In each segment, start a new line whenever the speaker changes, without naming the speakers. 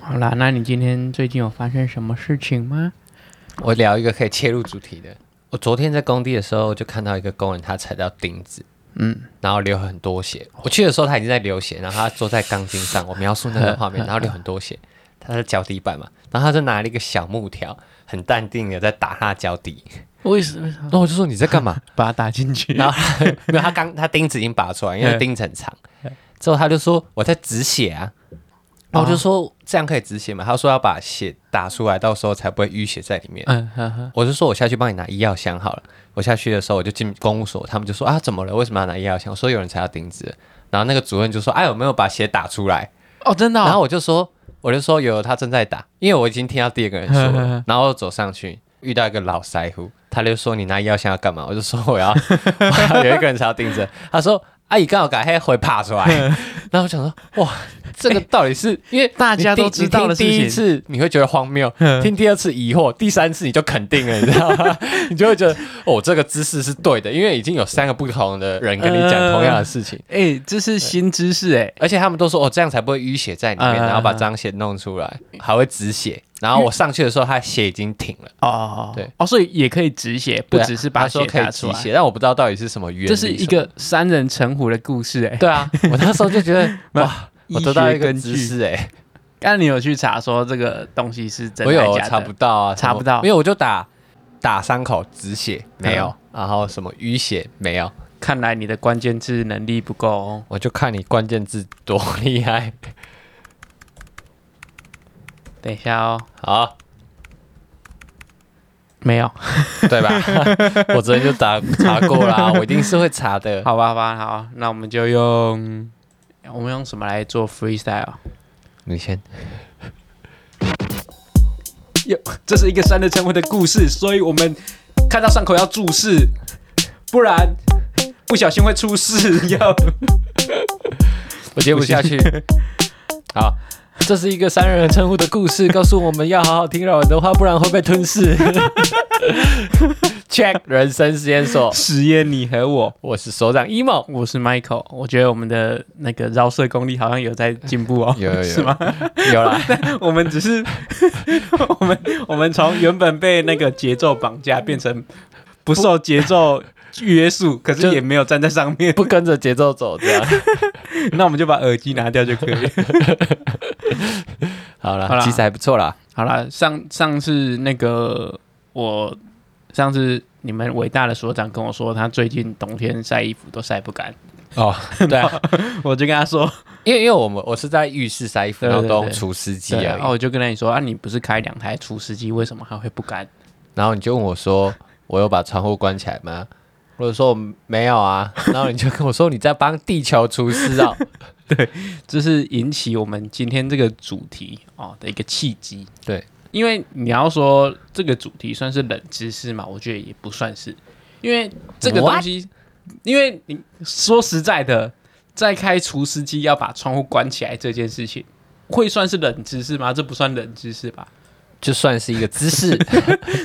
好啦，那你今天最近有发生什么事情吗？
我聊一个可以切入主题的。我昨天在工地的时候，就看到一个工人他踩到钉子，
嗯，
然后流很多血。我去的时候他已经在流血，然后他坐在钢筋上，我描述那个画面，然后流很多血，他的脚底板嘛，然后他就拿了一个小木条，很淡定的在打他的脚底。
为什么
然后我就说你在干嘛？
把它打进去？
然后他没有，他刚他钉子已经拔出来，因为钉子很长。之后他就说我在止血啊，然后我就说这样可以止血嘛？他说要把血打出来，到时候才不会淤血在里面。
嗯呵呵，
我就说我下去帮你拿医药箱好了。我下去的时候我就进公务所，他们就说啊怎么了？为什么要拿医药箱？我说有人踩到钉子。然后那个主任就说哎有没有把血打出来？
哦，真的、
然
哦，
后我就说，我就说有，他正在打，因为我已经听到第二个人说
呵呵呵
了，然后我走上去遇到一个老腮胡，他就说你拿医药箱要干嘛？我就说我要， 我要有一个人才要盯着，他说阿姨刚好把黑回爬出来， 然后我想说哇，这个到底是因为
大
你
家
第
都知道的
你
事
听
情
第一次你会觉得荒谬
嗯，
听第二次疑惑，第三次你就肯定了，你知道吗？ 你就会觉得哦，这个姿势是对的，因为已经有三个不同的人跟你讲同样的事情。
哎、这是新知识哎、
而且他们都说哦，这样才不会淤血在里面，
嗯嗯
然后把脏血弄出来，还会止血。然后我上去的时候，他血已经停了，
哦，
对，
哦，所以也可以止血，不
对啊
只是把
他
血
说可
打
以
出
止
来，
血，但我不知道到底是什么原理。
这是一
什么
个三人成虎的故事哎、
对 啊，我那时候就觉得哇，
医
我得到
学
一个
根
知
据
识哎，
刚刚你有去查说这个东西是真
我
的还
有
是假的？
查不到啊，
查不到嗯
因为我就打打伤口止血没有，然后什么淤血没有，
看来你的关键字能力不够哦。
我就看你关键字多厉害。
等一下哦，
好，
没有，
对吧？ 我昨天就打查过啦，我一定是会查的。
好吧，好吧，好，那我们就用我们用什么来做 freestyle？
你先，
这是一个三人成虎的故事，所以我们看到伤口要注视，不然不小心会出事。 要
我接不下去。 好，这是一个三人称呼的故事，告诉我们要好好听老人的话，不然会被吞噬。Check 人生实验所，
实验你和我，
我是所长 emo。
我是 Michael，我觉得我们的那个饶舌功力好像有在进步哦，
有有有
是吗？
有啦，
我们只是 我们我们从原本被那个节奏绑架，变成不受节奏约束，可是
就
也没有站在上面。
不跟着节奏走这样。
那我们就把耳机拿掉就可以了。
好
好啦
了，其实还不错啦。
好了，上上次那个我上次你们伟大的所长跟我说，他最近冬天晒衣服都晒不干，
哦，对啊，
我就跟他说，
因为因为我们我是在浴室晒衣服，
对对
然后都用
对
除湿机
对啊，
而
然
已
后。我就跟他说啊，你不是开两台除湿机，为什么还会不干？
然后你就问我说：“我有把窗户关起来吗？”我就说：“没有啊。”然后你就跟我说：“你在帮地球除湿 啊
这是引起我们今天这个主题哦的一个契机。
对，
因为你要说这个主题算是冷知识嘛，我觉得也不算是，因为这个东西因为你说实在的，在开除湿机要把窗户关起来这件事情，会算是冷知识吗？这不算冷知识吧？？”
就算是一个姿势，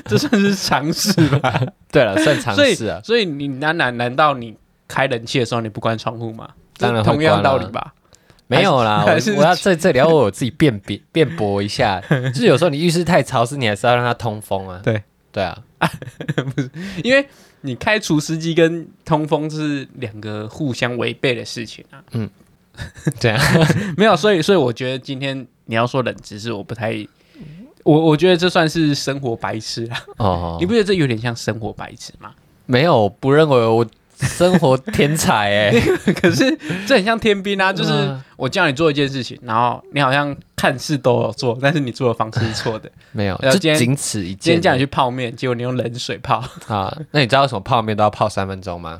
这算是常识 吧？
对了，算尝试 啊。
所以你难难难道你开冷气的时候你不关窗户吗？这
当然会
同样
关
道
啊
理吧？
没有啦，
还是
我我要在这里要为我自己辩辩 辩驳 一下，就是有时候你浴室太潮湿，你还是要让它通风啊。
对
对啊，
因为你开除湿机跟通风是两个互相违背的事情啊。
嗯这 样
没有，所以所以我觉得今天你要说冷知识，我不太，我我觉得这算是生活白痴啊。
哦
你，不觉得这有点像生活白痴吗？
没有，我不认为我生活天才哎、
可是这很像天兵啊，就是
嗯
我叫你做一件事情，然后你好像看似都有做，但是你做的方式是错 的。
没有，
呃
就
今天
仅此一
今天
件。
叫你去泡面，结果你用冷水泡，
啊，那你知道为什么泡面都要泡三分钟吗？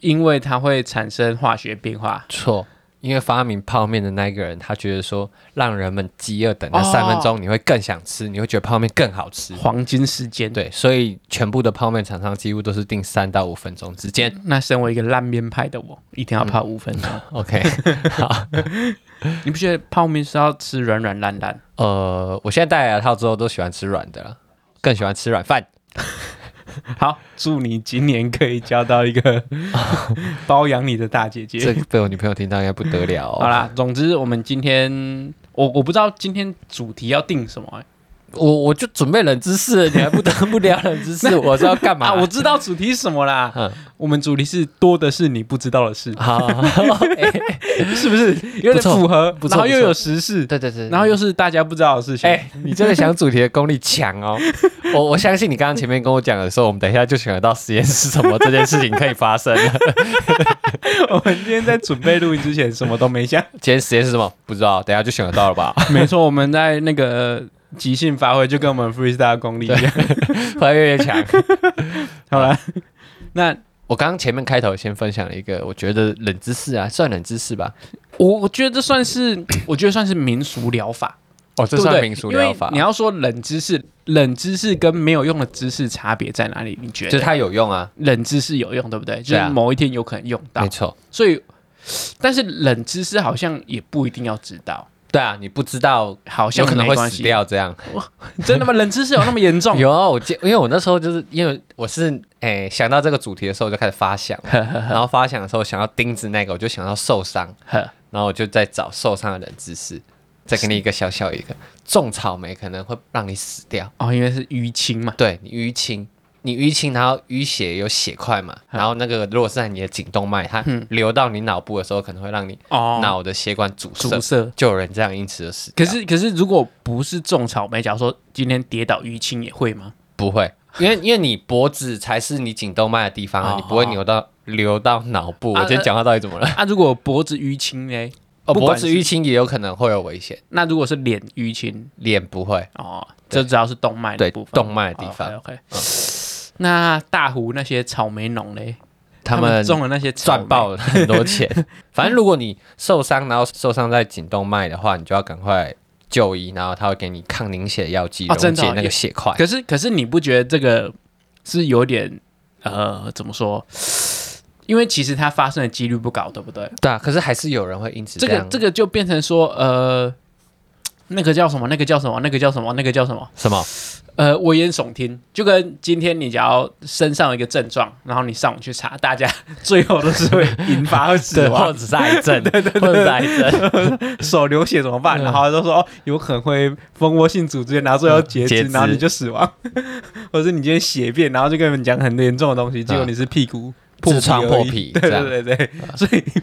因为它会产生化学变化。
错，因为发明泡面的那一个人，他觉得说让人们饥饿等
哦
那三分钟，你会更想吃，你会觉得泡面更好吃。
黄金时间，
对，所以全部的泡面厂商几乎都是定三到五分钟之间。
那身为一个烂面派的我，一
嗯
定要泡五分钟。
OK，
你不觉得泡面是要吃软软烂烂？
呃，我现在戴牙套之后都喜欢吃软的了，更喜欢吃软饭。
好，祝你今年可以交到一 个包养你的大姐
这
姐。
个被我女朋友听到应该不得了、哦。
好，啦，总之我们今天我我不知道今天主题要定什么、欸，
我我就准备冷知识了，你还不得 不聊冷知识？我是要干嘛？
啊，我知道主题是什么啦。
嗯
我们主题是多的是你不知道的事，
好，好好 哎
是不是 有点
不错
符合？
不错
然后又
不错
有时事，
对对对，
然后又是大家不知道的事情。
哎、你这个想主题的功力强 哦！我我相信你刚刚前面跟我讲的时候，我们等一下就想得到实验室什么这件事情可以发生了。
我们今天在准备录音之前什么都没想。
今天实验室什么不知道，等一下就想得到了吧？
没错，我们在那个即兴发挥，就跟我们 freestyle 功力一样。
会 越来越强。
好了，那
我刚刚前面开头先分享了一个，我觉得冷知识啊，算冷知识吧。
我我觉得这算是， 我觉得算是民俗疗法，
哦，
对
这
不
算
对
民俗疗
因为
法
你，要说冷知识，冷知识跟没有用的知识差别在哪里？你觉
就
得？
是它有用啊，
冷知识有用，对不对？就
对啊
是某一天有可能用到
没，错。
所以，但是冷知识好像也不一定要知道，
对啊，你不知道。
好像
有可能
没
会
关
死
系。哦
掉，这样
真的吗？冷知识有那么严重？
有啊，我记，因为我那时候就是因为我是诶、想到这个主题的时候我就开始发想， 然后发想的时候想到钉子那个，我就想到受伤，
呵
然后我就在找受伤的冷知识，再给你一个小小一个，种草莓可能会让你死掉，
哦，因为是淤青嘛。
对你淤青，你淤青，然后淤血有血块嘛，然后那个如果是在你的颈动脉，它流到你脑部的时候，可能会让你
哦，
脑的血管阻塞
阻，塞。
就有人这样因此而死
可
掉。
是可是，如果不是种草莓，假如说今天跌倒淤青也会吗？
不会，因为因为你脖子才是你颈动脉的地方啊，
哦
你不会扭到流到脑部。我
啊
今天讲话到底怎么了？
啊，如果脖子淤青呢？
哦，
不
脖
管
子
是
淤青也有可能会有危险，
那如果是脸淤青
脸不会，
哦，这只要是动脉的
对
部分，
动脉的地方，嗯
OK，, 那大湖那些草莓农嘞，
他
们
们
种了那些草莓
赚爆了很多钱。反正如果你受伤，然后受伤在颈动脉的话，你就要赶快就医，然后他会给你抗凝血药剂，
啊
溶
真的哦
解那个血块。
可是可是你不觉得这个是有点呃怎么说？因为其实它发生的几率不高，对不对？
对啊，可是还是有人会因此
这
这
个
样
这个就变成说呃。那个叫什么？那个叫什么？那个叫什么？那个叫什么？
什么
呃，危言耸听，就跟今天你只要身上有一个症状，然后你上网去查，大家 最后都是会引发会死
对，或
亡，
者是癌症，或者是癌症，
手流血怎么办？然后都说哦，有可能会蜂窝性组织炎，然后最后哦截肢，
截肢
然后你就死亡， 或者是你今天血便，然后就跟人讲很严重的东西，结果你是屁股啊破皮啊
痔疮破
而已
皮
对
这样
对对对，所以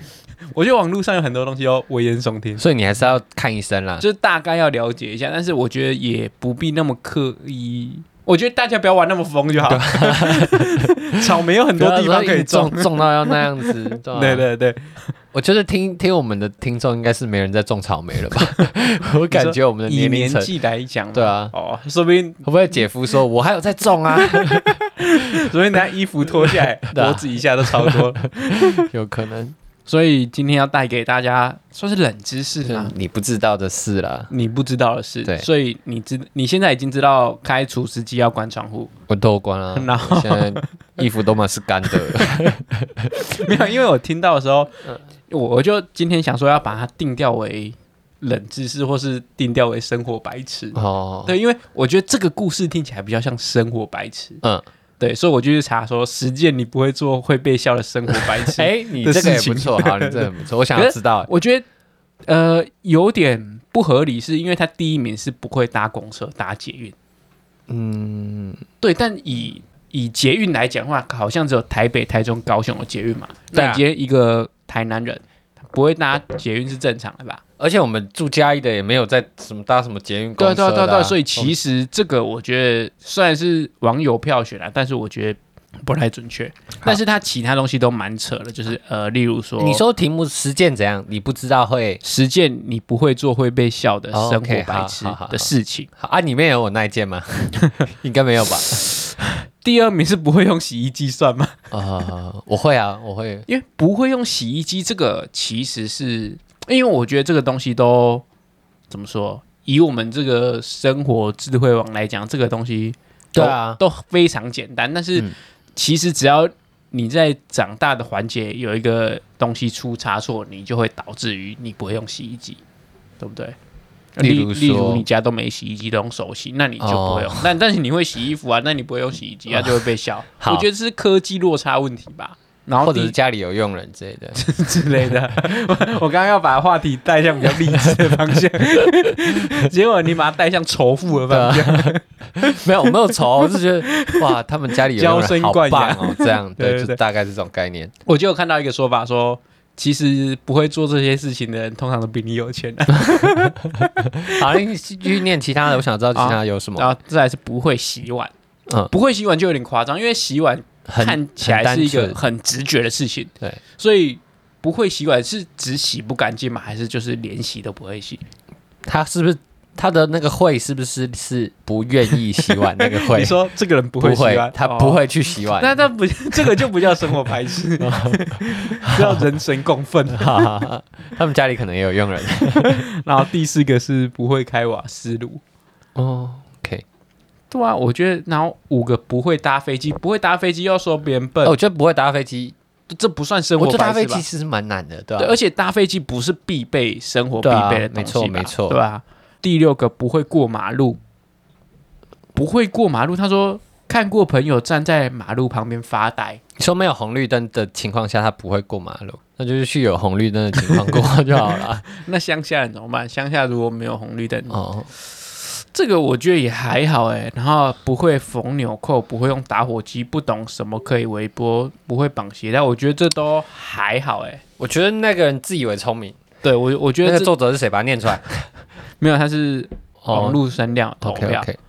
我觉得网络上有很多东西要危言耸听。
所以你还是要看医生啦。
就是大概要了解一下，但是我觉得也不必那么刻意。我觉得大家不要玩那么疯就好。 草莓有很
很
多地方可以
种
种，
种到要那样 子，对啊
对对对，
我觉得听听我们的听众应该是没人在种草莓了 吧？我感觉我们的
以
年龄
年
层，
纪来讲嘛，
对啊，
哦，说不定
会不会姐夫说我还有在种 啊？
说不定等下衣服脱下来，
对啊
脖子以下都超 多。
有可能
所以今天要带给大家算是冷知识
是啊
吗？
你不知道的事啦。
你不知道的事，
对
所以你知你现在已经知道开除湿机要关窗户，
我都有关啊，
然后
我现在衣服都满是干 的。
没有，因为我听到的时候，
嗯
我我就今天想说要把它定调为冷知识，或是定调为生活白痴。
哦，
对，因为我觉得这个故事听起来比较像生活白痴。
嗯，
对，所以我就去查说十件你不会做会被笑的生活白痴。
哎，你
的
这个也
事情
不错，好，你这个也不错，我想要知道。
我觉得呃有点不合理，是因为他第一名是不会搭公车、搭捷运。
嗯，
对，但以以捷运来讲的话，好像只有台北、台中、高雄有捷运嘛。
对啊
那你今天一个台南人他不会搭捷运是正常的吧？
而且我们住嘉义的也没有在什么搭什么捷运公
对
车的
对
啊，
对对，所以
我们
其实这个我觉得虽然是网友票选啊，但是我觉得不太准确。但是它其他东西都蛮扯的，就是呃，例如说
你说题目实践怎样？你不知道会
十件你不会做会被笑的
哦
生活
OK，
白痴
好好好
的事情。
好啊？里面有我那一件 吗？应该没有吧？
第二名是不会用洗衣机算吗？
啊，我会啊，我会。
因为不会用洗衣机这个其实是因为我觉得这个东西都怎么说？以我们这个生活智慧网来讲，这个东西
对啊，
都非常简单，但是
嗯
其实只要你在长大的环节有一个东西出差错，你就会导致于你不会用洗衣机，对不对？
例如
例
说哦
如你家都没洗衣机，都用手洗，那你就不会用。但但是你会洗衣服啊，那你不会用洗衣机啊，就会被笑。
好
我觉得是科技落差问题吧。然后
或者
第
是家里有佣人之类的。
之类的。 我我刚刚要把话题带向比较励志的方向， 结果你把它带向仇富的方向。
没有没有仇，啊我是觉得哇，他们家里有佣
娇生
人好
惯养
棒哦，这样
对
对，
对
就
对
大概是这种概念。
我就有看到一个说法说，其实不会做这些事情的人，通常都比你有钱、啊。
好，你继续念其他的，我想知道其
啊
他有什么。
然后再来是不会洗碗，
嗯，
不会洗碗就有点夸张，因为洗碗
很
看起来是一
很
个
单纯
很直觉的事情。
对，
所以不会洗碗是只洗不干净吗？还是就是连洗都不会洗？
他是不是他的那个会是不是是不愿意洗碗那个会？
你说这个人不
不
会洗碗，
他
哦
不。会去洗碗。
那那不这个就不叫生活排 斥，叫人神共愤。
哈哈哈他们家里可能也有佣人。
然后第四个是不会开瓦斯炉。
哦，OK，
对啊，我觉得，然后五个不会搭飞机，不会搭飞机要说别人笨
哦，我觉得不会搭飞机，
这不算生
我
活
觉得
白
搭飞
痴吧
机其实蛮难的，对吧啊
对，？而且搭飞机不是必备生活必
对啊
备的东西吧、
没错没错
对吧、啊第六个不会过马路，不会过马路。他说看过朋友站在马路旁边发呆，
你说没有红绿灯的情况下，他不会过马路，那就是去有红绿灯的情况过就好了。
那乡下人怎么办？乡下如果没有红绿灯，
哦，
这个我觉得也还好哎、然后不会缝纽扣，不会用打火机，不懂什么可以微波，不会绑鞋带，我觉得这都还好哎、
我觉得那个人自以为聪明，
对我，我觉
那
得
个
这
作者是谁？把它念出来。
没有，它是
哦
网络声量投票
OK OK，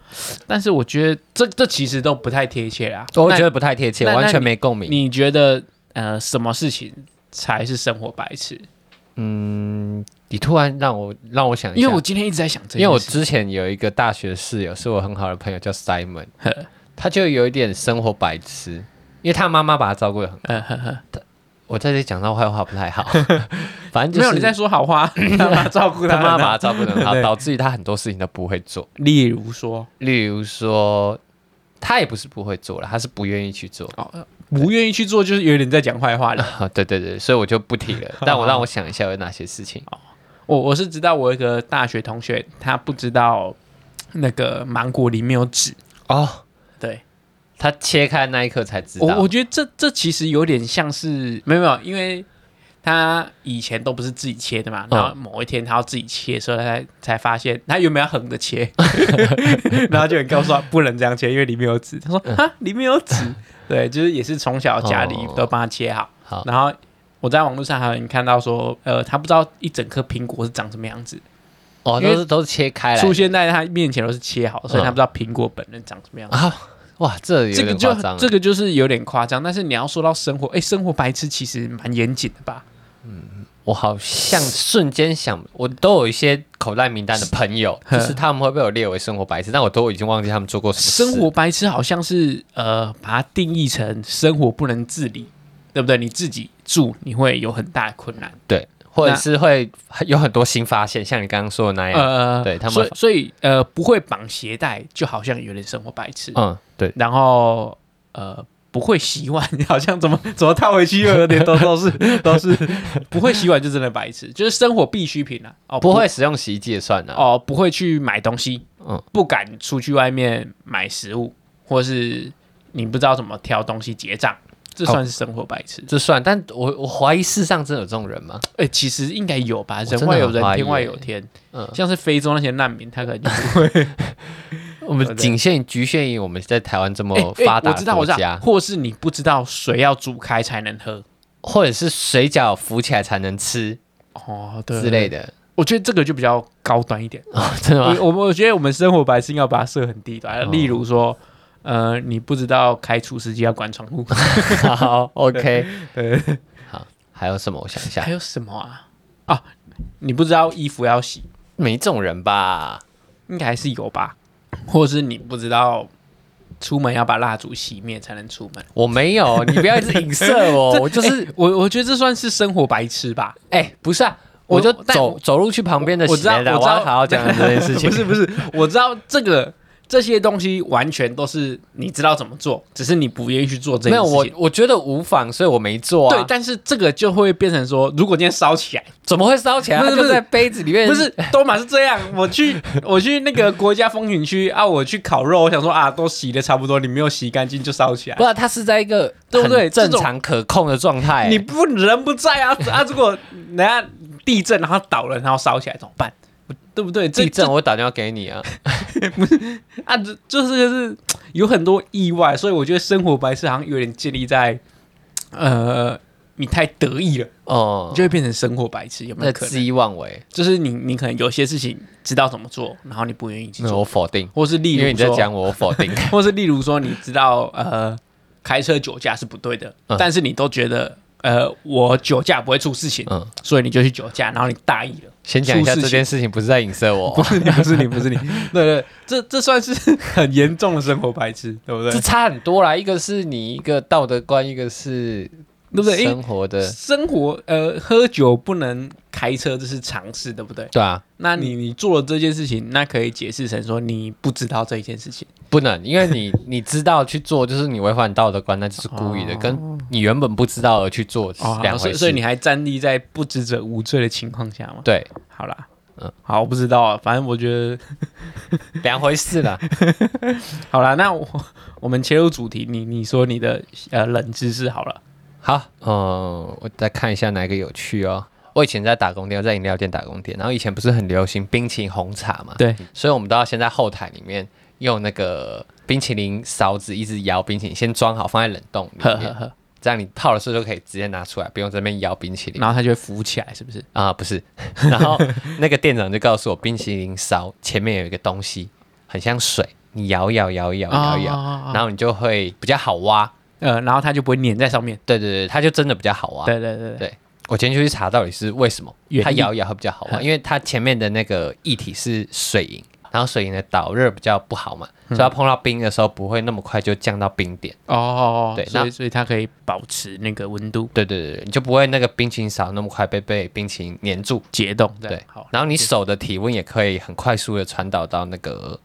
但是我觉得这这其实都不太贴切啊。
哦我
那
觉得不太贴切，
那那
完全没共鸣。
你觉得呃，什么事情才是生活白痴？
嗯，你突然让我让我想一下，
因为我今天一直在想这
因为我
件事，
之前有一个大学室友，是我很好的朋友，叫 Simon，
呵
他就有一点生活白痴，因为他妈妈把他照顾的很。
呃呵呵，
我在这里讲到坏话不太 好，反正就
没
是
有你在说好 话，他妈照顾
他
他
妈妈把他照顾的很 好，
对
导致于他很多事情都不会做。
例如说，
例如说，他也不是不会做了，他是不愿意去做。
哦，不愿意去做，就是有点在讲坏 话了。
啊， 对对对，所以我就不提 了。但我让我想一下有哪些事情。
我我是知道，我有一个大学同学，他不知道那个芒果里面有纸。
哦，
对
他切开那一刻才知
我，
道
我。觉得这这其实有点像是没有没有，因为他以前都不是自己切的嘛，
嗯
然后某一天他要自己切的时候，他才才发现他原本要横着 切，然后就有人告诉他不能这样切，因为里面有纸。他说啊，里面有纸， 对，就是也是从小家里
嗯哦
都帮他切好，
好
然后。我在网络上还有人看到说，呃，他不知道一整颗苹果是长什么样子，
哦，
因为
都是都是切开来
出
的
现在他面前都是切好的，所以
嗯
他不知道苹果本人长什么样子。
啊！哇，这有
这个
点
就
夸张了。
这个就是有点夸张，但是你要说到生活，哎，生活白痴其实蛮严谨的吧？
我好像瞬间想，我都有一些口袋名单的朋 友，
呵
就是他们会被我列为生活白痴，但我都已经忘记他们做过什么事
生活白痴好像是呃，把它定义成生活不能自理，对不对？你自己住你会有很大的困难，
对，或者是会有很多新发现，像你刚刚说的那样。
呃，
哎对他们
所以所以呃，不会绑鞋带就好像有点生活白痴，
嗯，对，
然后呃。不会洗碗， 好像怎么怎么套回去又有点都都是都 是不会洗碗就真的白痴，就是生活必需品啊。哦，
不会使用洗衣机也算啊了。
哦，不会去买东西，
嗯
不敢出去外面买食物，或是你不知道怎么挑东西结账，这
哦
算是生活白痴。
这算，但我我怀疑世上真的有这种人吗？
哎、其实应该有吧，
真
人
的
外有
很
人
怀，疑
天外
耶
有天。
嗯
像是非洲那些难民，他可能就
我
对
们仅限局限于我们在台湾这么
哎哎
哦发达
我知道，
的国
我知
家，
道，或是你不知道水要煮开才能喝。
或者是水饺浮起来才能吃
哦，对
之类，的。
我觉得这个就比较高端一点。
哦，真的吗？
我我我觉得我们生活白痴要把它设很低
哦
端，例如说，呃，你不知道开除湿机要关窗户，
好，OK，
对
好，还有什么？我想一下
还，有什么啊？啊，你不知道衣服要洗，
没这种人吧？
应该还是有吧？或是你不知道出门要把蜡烛熄灭才能出门？
我没有，你不要一直影射 我，我就是
欸我我觉得这算是生活白痴吧？
哎、不是啊，
我
我就
但
走走路去旁边的
我
洗
知道
面奶，
我知道
要好好讲这件事情。
不是不是，我知道这个这些东西完全都是你知道怎么做，只是你不愿意去做这
没
件
有
事情。
我，我觉得无妨，所以我没做啊。
对，但是这个就会变成说，如果今天烧起来，
怎么会烧起来？
不是
它
不
就是在杯子里面，
不是 都嘛是这样。我去我去那个国家风景区啊，我去烤肉，我想说啊，都洗的差不多，你没有洗干净就烧起来
不。是，啊它是在一个
对不对
很正常可控的状态。
你不人不在啊啊！如果人家地震然后倒了，然后烧起来怎么办？对不对？这
地震，我会打电话给你 啊。
这啊，这就是就是有很多意外，所以我觉得生活白痴好像有点建立在呃，你太得意了，
哦
你，就会变成生活白痴，有没
那
有可
恣
能？
意妄为，
就是你你可能有些事情知道怎么做，然后你不愿意去
那
做，
我否定，
或是例
因
如
为你在
说
讲我，我否 定。
或是例如说，你知道呃，开车酒驾是不对的，
嗯
但是你都觉得呃，我酒驾不会出事情，
嗯
所以你就去酒驾，然后你大意了。
先讲一下
出事
这
情
件事情不是在影射我，
不是你，不是 你，对对，这这算是 很严重的生活白痴，对不对？
这差很多啦。一个是你一个道德观，一个是
对不对？因为
生活的，
生活呃，喝酒不能开车，这是常识，对不对？
对啊，
那你你做了这件事情，那可以解释成说你不知道这一件事情，
不能，因为你 你知道去做，就是你违反道德观，那就是故意的，
哦
跟你原本不知道而去做是哦两
啊所
回
以
事。
所以你还站立在不知者无罪的情况下吗？
对
好啦，嗯
嗯，
好，我不知道啊，反正我觉得
两回事啦。
好啦，那我我们切入主题，你你说你的呃冷知识好了，
好，嗯，我再看一下哪一个有趣哦。我以前在打工店，我在饮料店打工店，然后以前不是很流行冰淇淋红茶嘛，
对，
所以我们都要先在后台里面用那个冰淇淋勺子一直摇冰淇淋，先装好放在冷冻里
呵
面，
呵呵，
这样你泡的时候就可以直接拿出来，不用在那边摇冰淇 淋
然后它就会浮起来，是不是？
啊、不是。 然后那个店长就告诉我，冰淇淋勺前面有一个东西，很像水，你摇一摇摇一摇摇一摇，
摇
然后你就会比较好挖。
呃，然后它就不会粘在上面。
对对对，它就真的比较好挖。
对对哦对对，
对，我今天就去查到底是为什么
原因嗯
它摇一摇会比较好玩，因为它前面的那个液体是水银，然后水银的导热比较不好嘛，
嗯
所以它碰到冰的时候不会那么快就降到冰点。
哦，
对
所以
那
所以它可以保持那个温度
对对对对，你就不会那个冰淇淋勺那么快被被冰淇淋粘住。
解冻。这样
对
好，，
然后你手的体温也可以很快速的传导到那个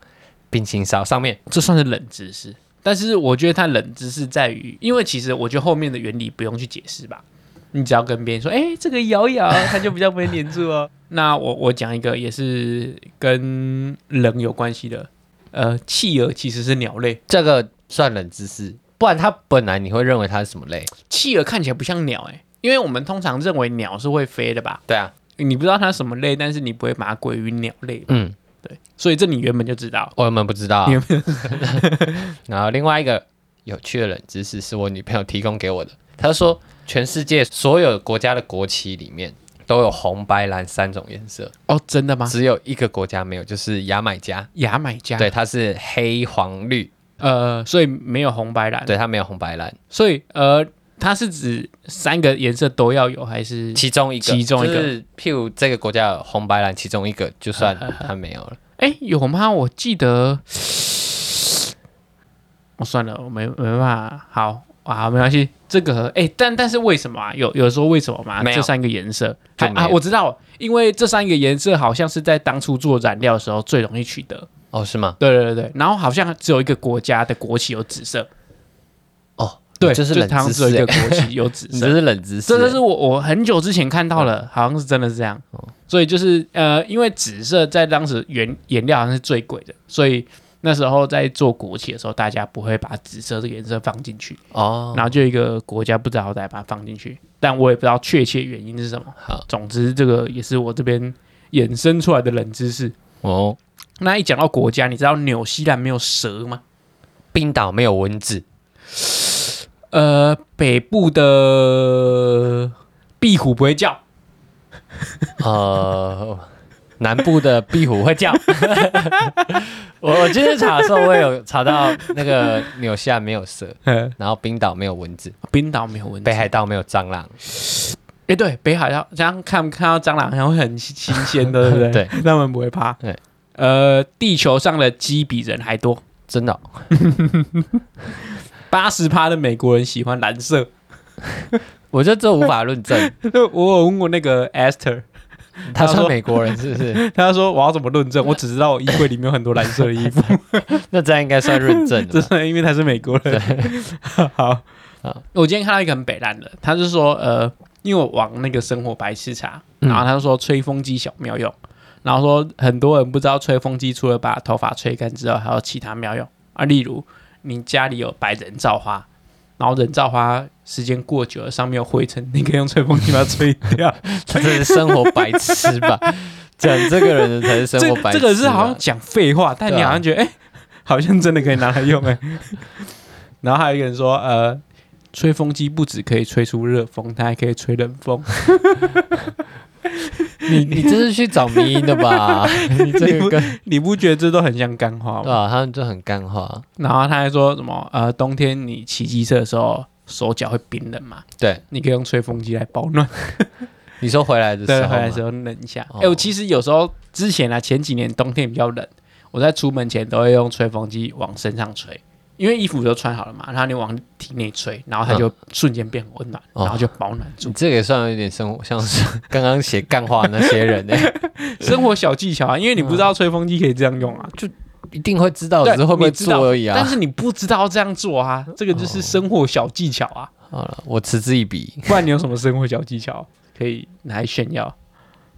冰淇淋勺上面。
这算是冷知识，但是我觉得它冷知识在于，因为其实我觉得后面的原理不用去解释吧，你只要跟别人说，哎、这个摇一摇，它就比较不会粘住 哦。那我我讲一个也是跟人有关系的，呃，企鹅其实是鸟类，
这个算冷知识，不然它本来你会认为它是什么类？
企鹅看起来不像鸟、诶，哎，因为我们通常认为鸟是会飞的吧，
对啊，
你不知道它什么类，但是你不会把它归于鸟类，
嗯，
对，所以这你原本就知道。
我们不知道啊
你有。
然后另外一个有趣的冷知识是我女朋友提供给我的，她说全世界所有国家的国旗里面都有红、白、蓝三种颜色，
哦，真的吗？
只有一个国家没有，就是牙买加。
牙买加，
对，它是黑黄绿，
呃，所以没有红白蓝，
对，它没有红白蓝，
所以呃，它是指三个颜色都要有，还是
其中一个，
其中一个
就是譬如这个国家有红白蓝，其中一个就算它没有了。
哎有吗？我记得，我、算了，我没没办法，好啊，没关系，这个哎，但但是为什么啊？有有说为什么吗？
没有
这三个颜色
就
还
没有
啊，我知道了，因为这三个颜色好像是在当初做染料的时候最容易取得，
哦，是吗？
对对对对，然后好像只有一个国家的国旗有紫色，
哦，
对，
这是
就
冷
它好像
知
只有一
识
个
欸，
国旗有紫
你
色
这，是冷知识
这
欸，
这是我嗯哦我很久之前看到了，好像是真的是这样。所以就是呃，因为紫色在当时原颜料好像是最贵的，所以那时候在做国旗的时候，大家不会把紫色这个颜色放进去，
哦，
然后就有一个国家不知道再把它放进去，但我也不知道确切原因是什么。
好
总之这个也是我这边衍生出来的冷知识。
哦，
那一讲到国家，你知道纽西兰没有蛇吗？
冰岛没有蚊子，
呃，北部的壁虎不会叫，
呃，南部的壁虎会叫。 我我今天查的时候，我也有查到那个纽西兰没有蛇，
呃
然后冰岛没有蚊子，
冰岛没有蚊子
北。海哦道没有蟑螂，
哎、对，北海道这样看看到蟑螂，好像会很新新鲜的，对不对？
对，
他们不会怕。
对，
呃，地球上的鸡比人还多，
真的哦、
八十趴的美国人喜欢蓝色。
我觉得这无法论证。
我有问过那个 Esther， 他
他算
说
美国人是不是？
他说我要怎么论证？我只知道我衣柜里面有很多蓝色的衣服，
那这样应该算认证
这
了 吧。
是因为他是美国人。 好
好，
我今天看到一个很北烂的，他是说呃，因为我往那个生活白痴查，
嗯
然后他就说吹风机小妙用，然后说很多人不知道吹风机除了把头发吹干之后，还有其他妙用啊，例如你家里有摆人造花，然后人造花时间过久了上面有灰尘，你可以用吹风机把它吹掉。
他真是生活白痴吧？ 讲这个人才是生活
这
白痴吧。啊
这个是好像讲废话，但你
对啊
好像觉得哎、诶好像真的可以拿来用 哎、然后还有一个人说，呃，吹风机不只可以吹出热风，它还可以吹冷 风。
你你这是去找迷因的吧？ 你这个跟
你不觉得这都很像干话
对
吗？
啊，他们就很干话。
然后他还说什么，呃，冬天你骑机车的时候手脚会冰冷嘛，
对，
你可以用吹风机来保暖，
你说回来的时
对，
候
回来的
嘛，
时候冷一下。哎、
哦
我其实有时候之前啊，前几年冬天比较冷，我在出门前都会用吹风机往身上吹，因为衣服都穿好了嘛，然后你往体内吹，然后它就瞬间变温暖，
嗯哦
然后就保暖住。
你这个也算有点生活，像是刚刚写干话那些人欸呢、
生活小技巧啊，因为你不知道吹风机可以这样用啊，
一定会知道，只
对
嗯是会不会
你知道
做而已啊哦
但。是你不知道这样做啊，这个就是生活小技巧啊。
好了，我嗤之以鼻。
不然你有什么生活小技巧可以拿来炫耀？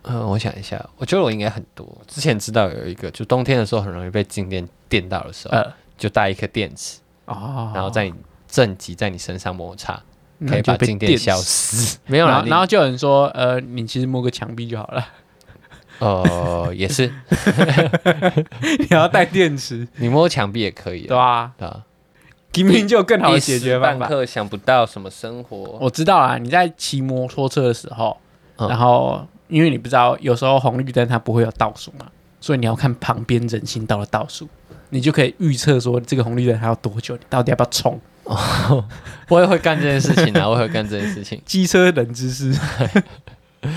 嗯，我想一下，我觉得我应该很多。之前知道有一个，就冬天的时候很容易被静电电到的时候，
呃，
就带一颗电池，
哦，
然后在你正极在你身上摩擦，
那
可以
就
把
被
静
死
电消失。 没有
然
啦，
后
你
然后就有人说，呃，你其实摸个墙壁就好了，
呃也是，
你要带电池，
你摸墙壁也可以
对
啊，
吧、
对吧？
明明就有更好的
一
解
时
决办法。
半刻想不到什么生活，
我知道啊，你在骑摩托车的时候，
嗯
然后因为你不知道有时候红绿灯它不会有倒数嘛，所以你要看旁边人行道的倒数，你就可以预测说这个红绿灯还要多久，你到底要不要冲？
我也会干这件事情啊，我也会干这件事情。
机车冷知识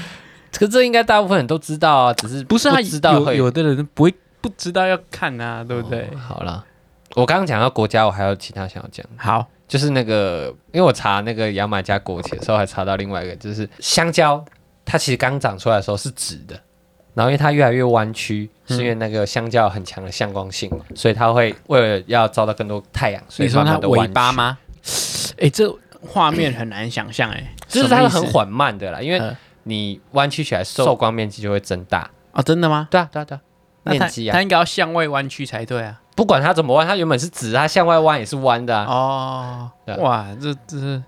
可这应该大部分人都知道啊，只是
不是啊，
知道
有
会
有的人不会不知道要看啊，对不对？
哦好啦，我刚刚讲到国家，我还有其他想要讲，
好，
就是那个，因为我查那个牙买加国旗的时候，还查到另外一个，就是香蕉，它其实刚长出来的时候是直的，然后因为它越来越弯曲，
嗯
是因为那个香蕉有很强的向光性嘛，所以它会为了要照到更多太阳，所
你
以
说
慢
它
慢的
尾巴？吗？哎、这画面很难想象哎、
就
什
是
么
它
意思
很缓慢的啦，因为
嗯
你弯曲起来受光面积就会增大。
哦，真的吗？
对啊，对啊，对啊，
那它
面积啊
它，应该要向外弯曲才对啊。
不管它怎么弯，它原本是直，它向外弯也是弯的啊。
哦
对，
哇，这这是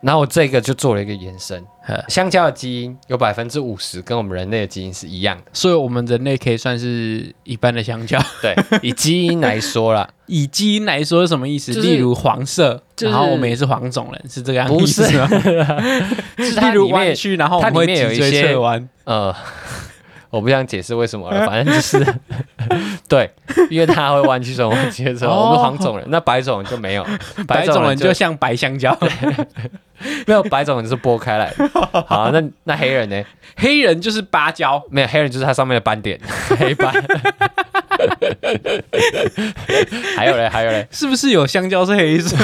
然后我这个就做了一个延伸
呵，
香蕉的基因有百分之五十跟我们人类的基因是一样的。
所以我们人类可以算是一般的 香蕉。
对，以基因来 说啦，
以基因来说是什么意思？
就是
例如黄色，
就是
然后我们也是黄种人，是这个样子
不是
吗？
就是它
例如
里
弯
面
曲，然后我
它
们会
里面有
脊
一
椎
些
侧弯。
呃， 我不想解释为什 么了，反正就是 对，因为它会弯曲什么弯曲什么，
哦
我们黄种人，那白种人就没有，
白
种
种人
就
就像白香蕉，
没有，白种人是剥开来的。好啊，那那黑人呢？
黑人就是芭蕉，
没有，黑人就是它上面的 斑点，黑斑。 还有嘞，还有嘞，
是不是有香蕉是黑色？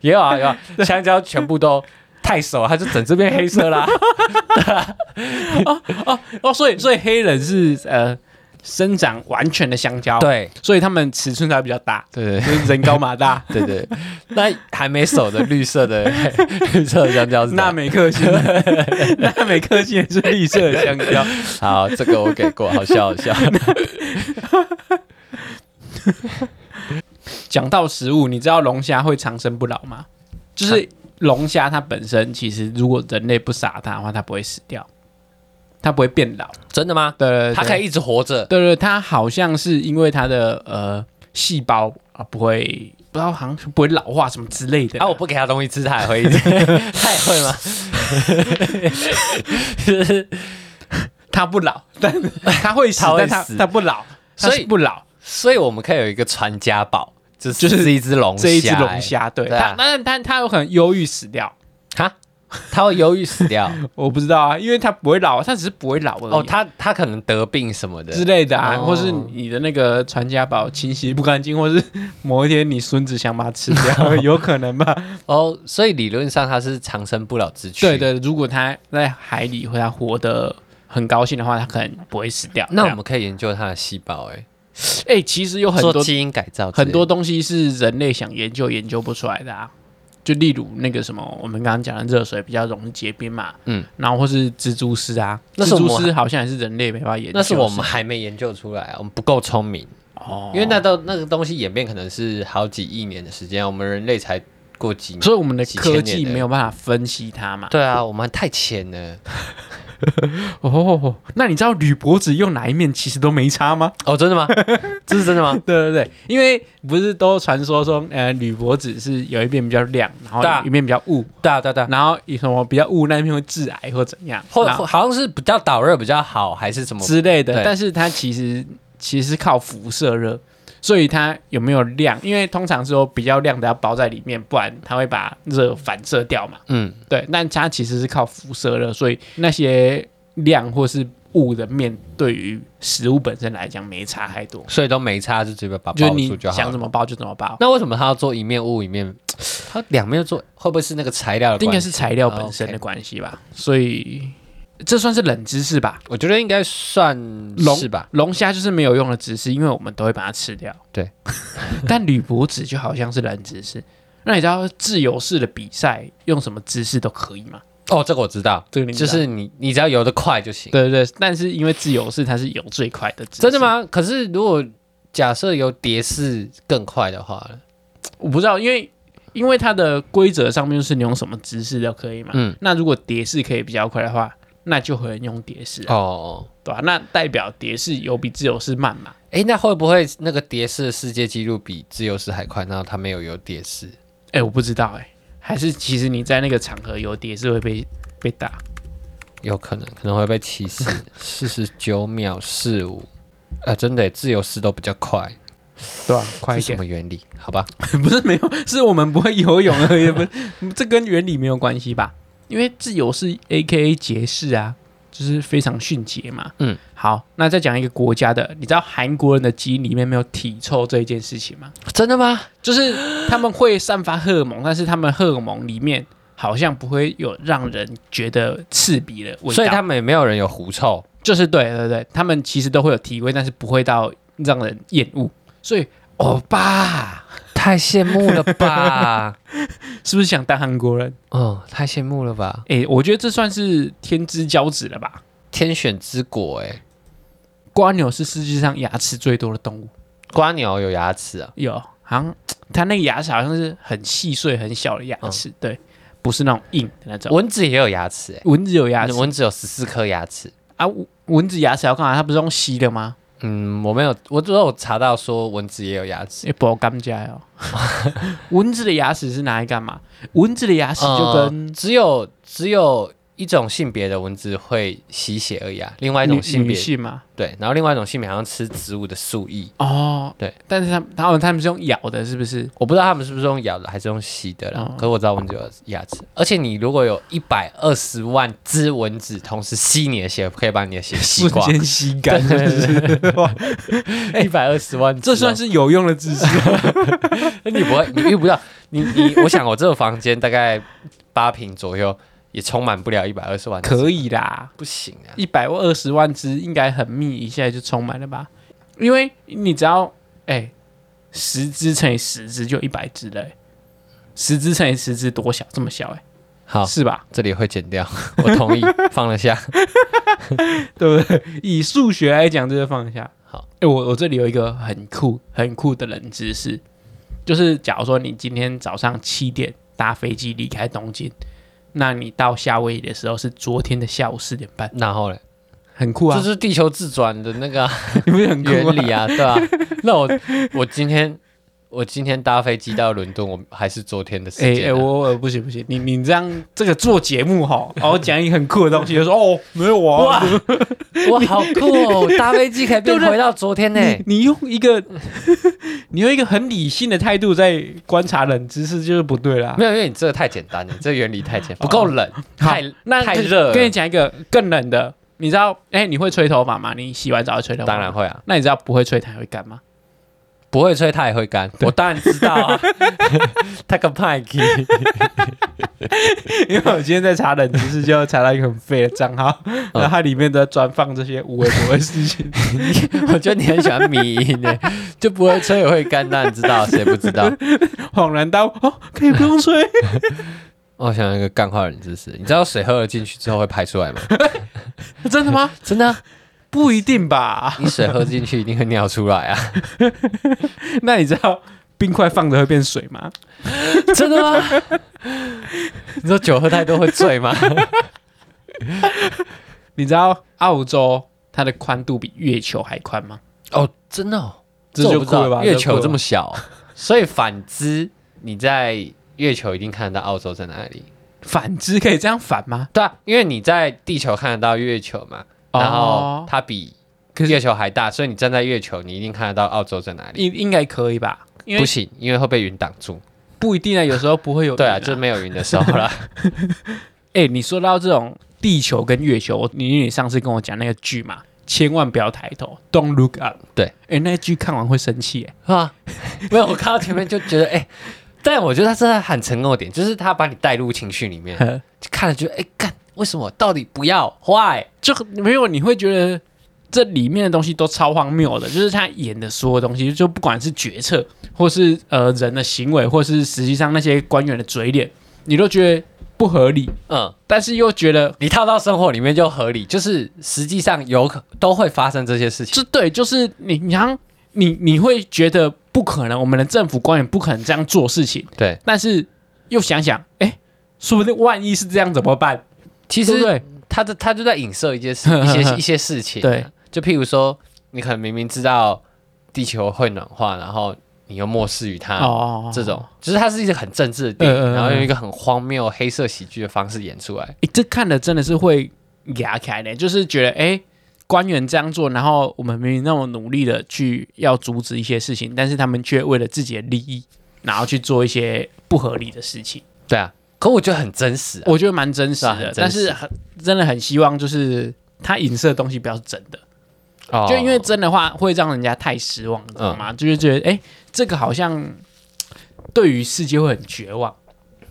也有啊，有啊，香蕉全部都太熟，它就整只变黑色 啦。
哦，所以所以黑人是呃生长完全的香蕉，，
对
所以他们尺寸才比较大，
对对。
就是人高马大
对对， 那还没熟的绿色的 绿色的香蕉是怎样
纳美克 星，纳美克星也是绿色的香蕉。
好，这个我给过，好笑 好笑。
讲到食物，你知道龙虾会长生不老吗？就是
啊
龙虾它本身其实，如果人类不杀它的话，它不会死掉，它不会变老。
真的吗？
对对对，
它可以一直活着，
对。对对，它好像是因为它的呃细胞啊、不会，不知道好像是不会老化什么之类的。
啊，我不给它东西吃，它也 会一直，它也会吗？就是
它不 老，但它会死，
它会
但它
死
它不老，它
所以
是不老。
所以我们可以有一个传家宝，就是
就是
一只龙虾，
这一只龙虾，对
对
它
啊，
但但它有可能忧郁死掉，
欸，哈，它会忧郁死掉
我不知道啊，因为它不会老，它只是不会老而已啊。
哦，它它可能得病什么的
之，类的啊，
哦
或是你的那个传家宝清洗不干净，或是某一天你孙子想把它吃 掉，有可能吧？
哦，所以理论上它是长生不老之躯，
对，对，如果它在海里或它活得很高兴的话，它可能不会死掉。
那
这
我
样
们可以研究它的细胞、欸，
哎、其实有啊很
做
多
基因改造之类的，
很多东西是人类想研究研究不出来的啊。就例如那个什么，我们刚刚讲的热水比较容易结冰嘛，
嗯，
然后或是蜘蛛丝啊，
那
蜘
是我们
蛛丝好像也是人类没办法研究，
那是我们还没研究出来啊，我们不够聪明，
哦，
因为那到那个东西演变可能是好几亿年的时间，我们人类才过几年。
所以我们的
几千
科
年
技
的
没有办法分析它嘛。
对啊，我们太浅了。
哦，那你知道铝箔纸用哪一面其实都没差吗？
哦，真的吗？ 这是真 的吗？
对对对，因为不是都传说说，呃，铝箔纸是有一面比较亮，然后
对啊
一面比较雾，
对啊，对啊，对啊。
然后有什么比较雾那一面会致癌或怎样，
或
然后
或好像是比较导热比较好，还是什么？
之类的
对。
但是它其实其实是靠辐射热，所以它有没有亮？因为通常说比较亮的要包在里面，不然它会把热反射掉嘛。
嗯，
对，但它其实是靠辐射热，所以那些亮或是雾的面对于食物本身来讲没差太多，
所以都没差，就直接把它
就是
包
你
住就好
想
了。
怎么包就怎么包。
那为什么他要做一面雾一面？他两面做，会不会是那个材料的
应
关
该
系？啊
是材料本身的关系吧，所以这算是冷知识吧。
我觉得应该算
龙
嗯是吧？
龙虾就是没有用的知识，因为我们都会把它吃掉。
对，
但铝箔纸就好像是冷知识。那你知道自由式的比赛用什么姿势都可以吗？
哦，这个我知道，
这个你知
就
道
是你你只要游得快就行。
对对对，但是因为自由式它是游最快的姿势，
真的？吗？可是如果假设有蝶式更快的话呢，
我不知道，因为因为它的规则上面就是你用什么姿势都可以嘛。
嗯，
那如果蝶式可以比较快的话，那就会用蝶式、啊，
哦，
对吧、那代表蝶式有比自由式慢嘛？
哎，那会不会那个蝶式的世界纪录比自由式还快？然后他没有游蝶式？
哎、我不知道哎、还是其实你在那个场合有蝶是会被被打。
有可能，可能会被歧视。四十九秒四五，啊，真的耶，自由式都比较快，
对啊，快
是什，么原理？好吧，
不是没有，是我们不会游泳而已，不，这跟原理没有关系吧？因为自由是 A K A 杰士啊，就是非常迅捷嘛。
嗯，
好，那再讲一个国家的，你知道韩国人的基因里面没有体臭这一件事情吗？
真的吗？
就是他们会散发荷尔蒙， 但是他们荷尔蒙里面好像不会有让人觉得刺鼻的味道，
所以他们也没有人有狐臭，
就是对对对，他们其实都会有体味，但是不会到让人厌恶。所以欧巴
太羡慕了 吧？
是不是想当韩国人？
哦，太羡慕了吧？
诶，我觉得这算是天之骄子了吧？
天选之果，哎，
瓜牛是世界上牙齿最多的动物，
瓜牛有牙齿啊？
有好像它那个牙齿好像是很细碎、很小的牙齿，对，不是那种硬的那种。
蚊子也有牙齿，哎，
蚊子有牙齿
蚊子有十四颗牙齿。
啊？蚊蚊子牙齿要干嘛？它不是用吸的吗？
嗯，我没有，我只有查到说蚊子也有牙齿，
也不好干家 哦。蚊子的牙齿是拿来干嘛？蚊子的牙齿就跟
呃只有只有一种性别的蚊子会吸血而已啊，另外一
女
种性
女
别
性嘛，
对，然后另外一种性别好像吃植物的树液，
哦，
对，
但是他们他们他们是用咬的，是不 是？
我不知道他们是不是用咬的还是用吸的啦。
哦
可是我知道蚊子有牙齿，而且你如果有一百二十万只蚊子同时吸你的血，可以把你的血吸光。
间吸干，是不是？
一百二十万只哦，
这算是有用的知识。
你不会，你遇不到你你，我想我这个房间大概八平左右，也充满不了一百二十万只。
可以啦，
不行啊，
一百二十万只应该很密，一下就充满了吧？因为你只要哎，十只乘以十只就一百只了、欸，十只乘以十只多小？这么小哎、
好，
是吧？
这里会剪掉，我同意，放得 下。
对不对？以数学来讲，这就放下。
好，
哎、我我这里有一个很酷很酷的冷知识，就是假如说你今天早上七点搭飞机离开东京，那你到夏威夷的时候是昨天的下午四点半，
然后嘞，
很酷啊！
这是地球自转的那个啊、
你不是很酷
原
吗？
理啊，对啊。那我我今天我今天搭飞机到伦敦，我还是昨天的时
哎哎、
间、啊。
我我不行不行，你你这样这个做节目 哈，然后讲一个很酷的东西，就说哦没有啊，
我好酷哦！搭飞机可以变回到昨天呢、
你你用一个 你用一个很理性的态度在观察冷知识就是不对啦。
没有，因为你这个太简单了，你这个原理太简，不够冷，
好
太
那
太热了
跟你讲一个更冷的，你知道，哎、你会吹头发吗？你洗完澡会吹头发？
当然。会啊，
那你知道不会吹它会干嘛？
不会吹它也会干，我当然知道啊，他个派 k
因为我今天在查冷知识，就查到一个很废的账号，然后它里面都在专放这些无微博的事情。
我觉得你很喜欢迷音呢，就不会吹也会干，当然知道，谁不知道？
恍然大悟，哦，可以不用吹。
哦我想到一个干话冷知识，你知道水喝了进去之后会排出来吗？
真的吗？
真的啊、
不一定吧？
你水喝进去一定会尿出来啊！
那你知道冰块放着会变水吗？
真的吗？你说酒喝太多会醉吗？
你知道澳洲它的宽度比月球还宽吗？
哦，真的、哦，
这
我
就
不知道
酷了吧？
月
就酷
球
了
这么小 哦、所以反之，你在月球一定看得到澳洲在哪里。
反之可以这样反吗？
对啊，因为你在地球看得到月球嘛，然后
哦
它比月球还大，所以你站在月球，你一定看得到澳洲在哪里。
应应该可以吧？因为
不行，因为会被云挡住。
不一定啊，有时候不会有。
对啊，就是没有云的时候 啦。
哎、你说到这种地球跟月球，我你你上次跟我讲那个剧嘛，千万不要抬头，Don't look up。
对
哎、那剧看完会生气、欸，
啊，没有，我看到前面就觉得，哎、但我觉得他真的很成功的点，就是他把你带入情绪里面，
呵
就看了觉得，哎、干，为什么到底不要坏？
就没有你会觉得这里面的东西都超荒谬的，就是他演的所有东西，就不管是决策，或是呃人的行为，或是实际上那些官员的嘴脸，你都觉得不合理，
嗯，
但是又觉得
你套到生活里面就合理，就是实际上有可都会发生这些事情。
这对，就是你你好像你你会觉得不可能，我们的政府官员不可能这样做事情。
对，
但是又想想，哎、说不定万一是这样怎么办？
其
对不
实
对？
他的他就在影射 一件事，一些一些事情、啊
对，
就譬如说，你可能明明知道地球会暖化，然后你又漠视于它。
哦
这种就是它是一个很政治的电影，
嗯嗯嗯
然后用一个很荒谬黑色喜剧的方式演出来。
诶这看的真的是会牙开的，就是觉得哎、诶官员这样做，然后我们明明那么努力的去要阻止一些事情，但是他们却为了自己的利益，然后去做一些不合理的事情，
对啊，可我觉得很真实、啊。
我觉得蛮真实
是啊
的。
很真实
但是很真的很希望就是他影射的东西不要是真的。
哦嗯
就因为真的话会让人家太失望，你知道吗？就是觉得哎、诶这个好像嘖对于世界会很绝望。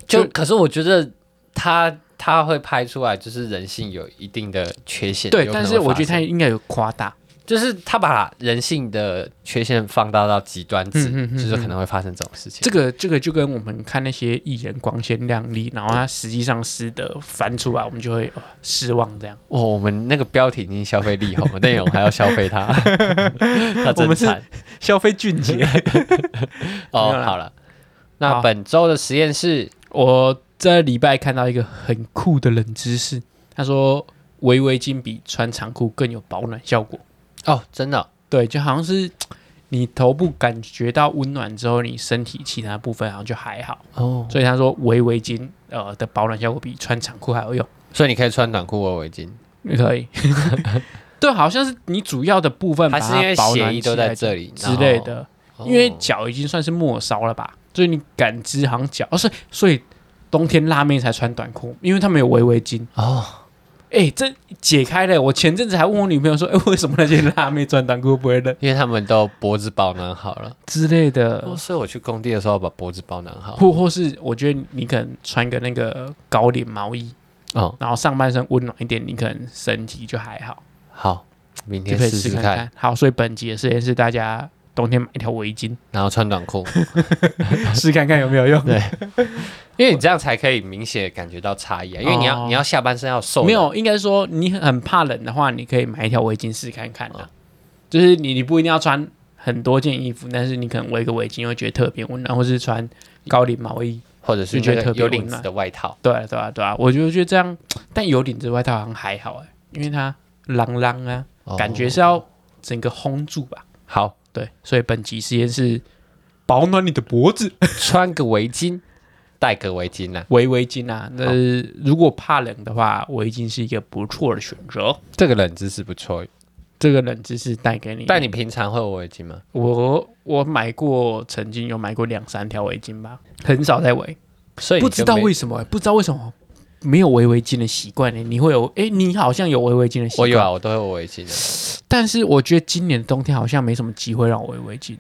就
就
可是我觉得他他会拍出来，就是人性有一定的缺陷。
对，
有可能
但
会
是我觉得
发
他
生
应该有夸大。
就是他把人性的缺陷放大到极端值，
嗯嗯嗯
就是可能会发生这种事情。
这个这个就跟我们看那些艺人光鲜亮丽，然后他实际上失德翻出来，我们就会、呃失望。这样，
哦，我们那个标题已经消费力宏了，但我们还要消 费他，他
我
真
们是
惨
消费俊杰，没有
哦。
啦
好了，那
好
本周的实验室
我这礼拜看到一个很酷的冷知识，他说围围巾比穿长裤更有保暖效果。
哦，真的哦、
对，就好像是你头部感觉到温暖之后，你身体其他部分好像就还好。
哦，
所以他说围围巾呃的保暖效果比穿长裤还要用，
所以你可以穿短裤或围巾，
可以。 对，好像是你主要的部分把
还是因为
它保暖
血
起来
液都在这里
之类，的，
然后
因为
哦
脚已经算是末梢了吧，所以你感知好像脚，哦，所以所以冬天辣妹才穿短裤，因为她们有围围巾。
哦
哎、这解开了。我前阵子还问我女朋友说，哎、为什么那些辣妹穿短裤不会冷
因为他们都脖子保暖好了。
之类的？
哦，所以我去工地的时候把脖子保暖好。
或或是我觉得你可能穿个那个高领毛衣，
哦，
然后上半身温暖一点，你可能身体就还好，
好，明
就
天
可以
试
试
试
看
看，
看。好，所以本集的实验是大家冬天买一条围巾
然后穿短裤，
试看看有没有用。
对因为你这样才可以明显地感觉到差异啊。因为你要、
哦
你要下半身要瘦，
没有，应该说你很怕冷的话，你可以买一条围巾试看看啊。就是你你不一定要穿很多件衣服，但是你可能围个围巾会觉得特别温暖，或是穿高领毛衣。
或者是
就觉
那
得
个
特别
有领
温
子
暖
的外套。
对啊对啊对啊，我就觉得这样，但有领子外套好像还好哎、因为它啷啷啊，
哦
感觉是要整个烘住吧。
好，
对，所以本集实验是保暖你的脖子，
穿个围 巾，戴个围巾啦、
围围巾啊。那如果怕冷的话，围巾是一个不错的选择。
这个冷知识不错。
这个冷知识带给你，
但你平常会有围巾吗？
我我买过，曾经有买过两三条围巾吧，很少在围，
所以你
不
就
知道
没
为什么、不知道为什么没有围围巾的习惯呢？你会有？哎、你好像有围围巾的习
我
惯，
有啊，我都会有围巾的。
但是我觉得今年冬天好像没什么机会让我围围巾。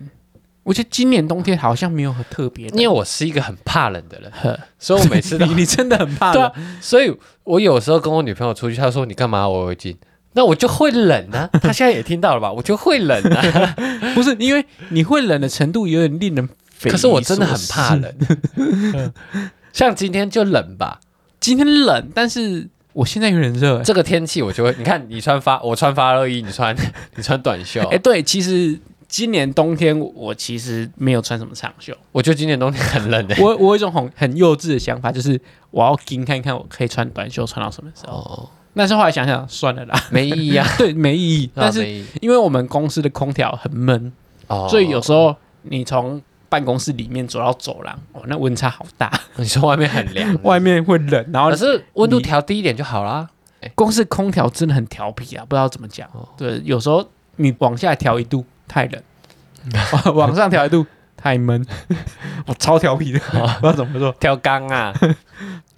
我觉得今年冬天好像没有很特别
因
的
为，我是一个很怕冷的人，
呵
所以我每次 都
你你真的很怕
对
冷
啊，所以我有时候跟我女朋友出去，她说你干嘛围围巾？那我就会冷 啊。她现在也听到了吧？我就会冷啊。
不是因为你会冷的程度有点令人匪夷所思。
可是我真的很怕冷。 像今天就冷吧，
今天冷，但是我现在有点热、欸。
这个天气我就会，你看你穿发，我穿发热衣，你穿 你穿短 袖，
哎、对，其实今年冬天我我其实没有穿什么长袖。
我觉得今年冬天很冷欸的、
我我有一种很很幼稚的想法，就是我要盯看看我可以穿短袖穿到什么时候。
哦，
但是后来想想，算了啦，
没意义啊。
对，没意义。 但
啊
是
没意义
因为我们公司的空调很闷，
哦
所以有时候你从办公室里面走到走廊，哦，那温差好大，
你说外面很凉，啊
外面会冷，然后
可是温度调低一点就好啦。
公司空调真的很调皮啊，不知道怎么讲
哦。
对，有时候你往下调一度太 冷，往往上调一度太闷， 我超调皮的， 不知道怎么说。
调缸啊，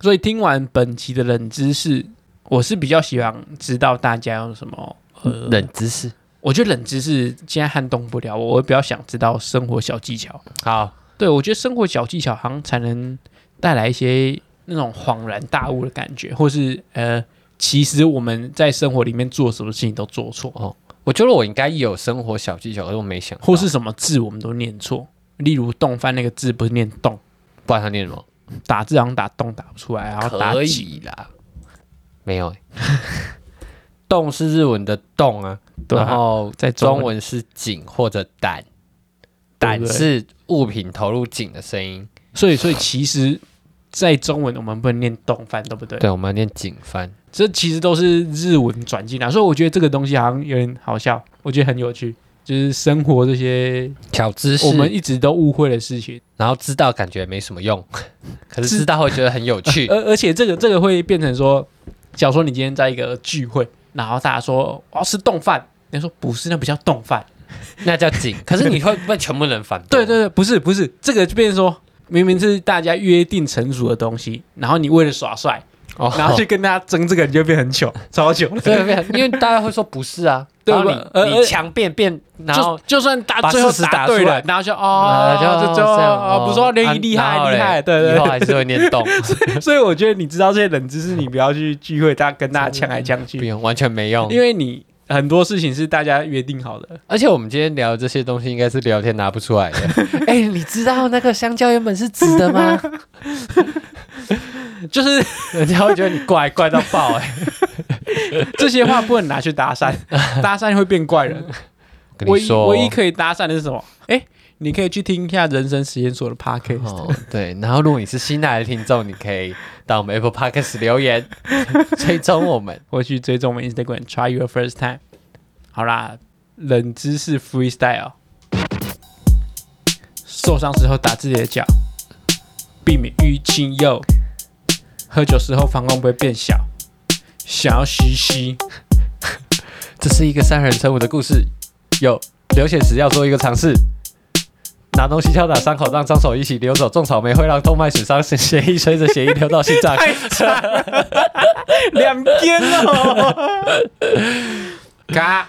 所以听完本期的冷知识，我是比较希望知道大家有什么呃，
冷知识。
我觉得冷知识现在撼动不了我，我比较想知道生活小技巧。
好，
对我觉得生活小技巧好像才能带来一些那种恍然大悟的感觉，或是呃，其实我们在生活里面做什么事情都做错。
我觉得我应该有生活小技巧，可是我没想到，
或是什么字我们都念错，例如“动翻”那个字不是念“动
不然他念什么？”，
打字好像打“动”打不出来，然后打
可
几
以啦，没有欸、动是日文的动啊，
对啊
然后
在中
中
文
文是井或者胆，
对不
胆
对
是物品投入井的声音。
所以，所以其实，在中文我们不能念“动翻”，对不对？
对，我们要念井翻。
这其实都是日文转进来，所以我觉得这个东西好像有点好笑，我觉得很有趣，就是生活这些
小知识，
我们一直都误会的事情。
然后知道感觉没什么用， 可是
知
知道会觉得很有趣。
而而且这个这个会变成说，假如说你今天在一个聚会，然后大家说我要吃冻饭，你说不是，那不叫冻饭。
那叫井。可是你会被全部人反驳。
对对对，不是不是，这个就变成说，明明是大家约定成熟的东西，然后你为了耍帅，
哦，
然后去跟大家争这个，你就变很 糗，超糗的。
对，没有因为大家会说不是 啊，
对
然后
吧呃
你
呃
你强辩辩，然后
就就算打
把
最后
事实打
对
出
了
来，
然后就哦，
啊就
就就哦，不说厉厉害厉害，对
啊以后
对
还是会念 动，
对。所以我觉得你知道这些冷知识，你不要去聚会，大家跟大家呛来呛
不
去，
用完全没用。
因为你很多事情是大家约定好的。
而且我们今天聊的这些东西，应该是聊天拿不出来的。 哎、你知道那个香蕉原本是直的 吗？
就是
人家会觉得你怪怪到爆 哎、
这些话不能拿去搭 讪，搭讪会变怪人。
跟
唯
你
一
说，
唯一可以搭讪的是什么？哎，你可以去听一下人生实验所的 podcast，、
哦，对，然后如果你是新来的听众，你可以到我们 Apple Podcast 留言 追踪我们。
或去追踪我们 Instagram try your first time。好啦，冷知识 freestyle，受伤时候打自己的脚，避免淤青又喝酒时候膀胱不会变小，想要吸吸，
这是一个三人成虎的故事，有流血时要做一个尝试。拿东西敲打伤口，让伤口一起流走；种草莓会让动脉损伤，使血液随着血液流到心脏。
两边哦，嘎。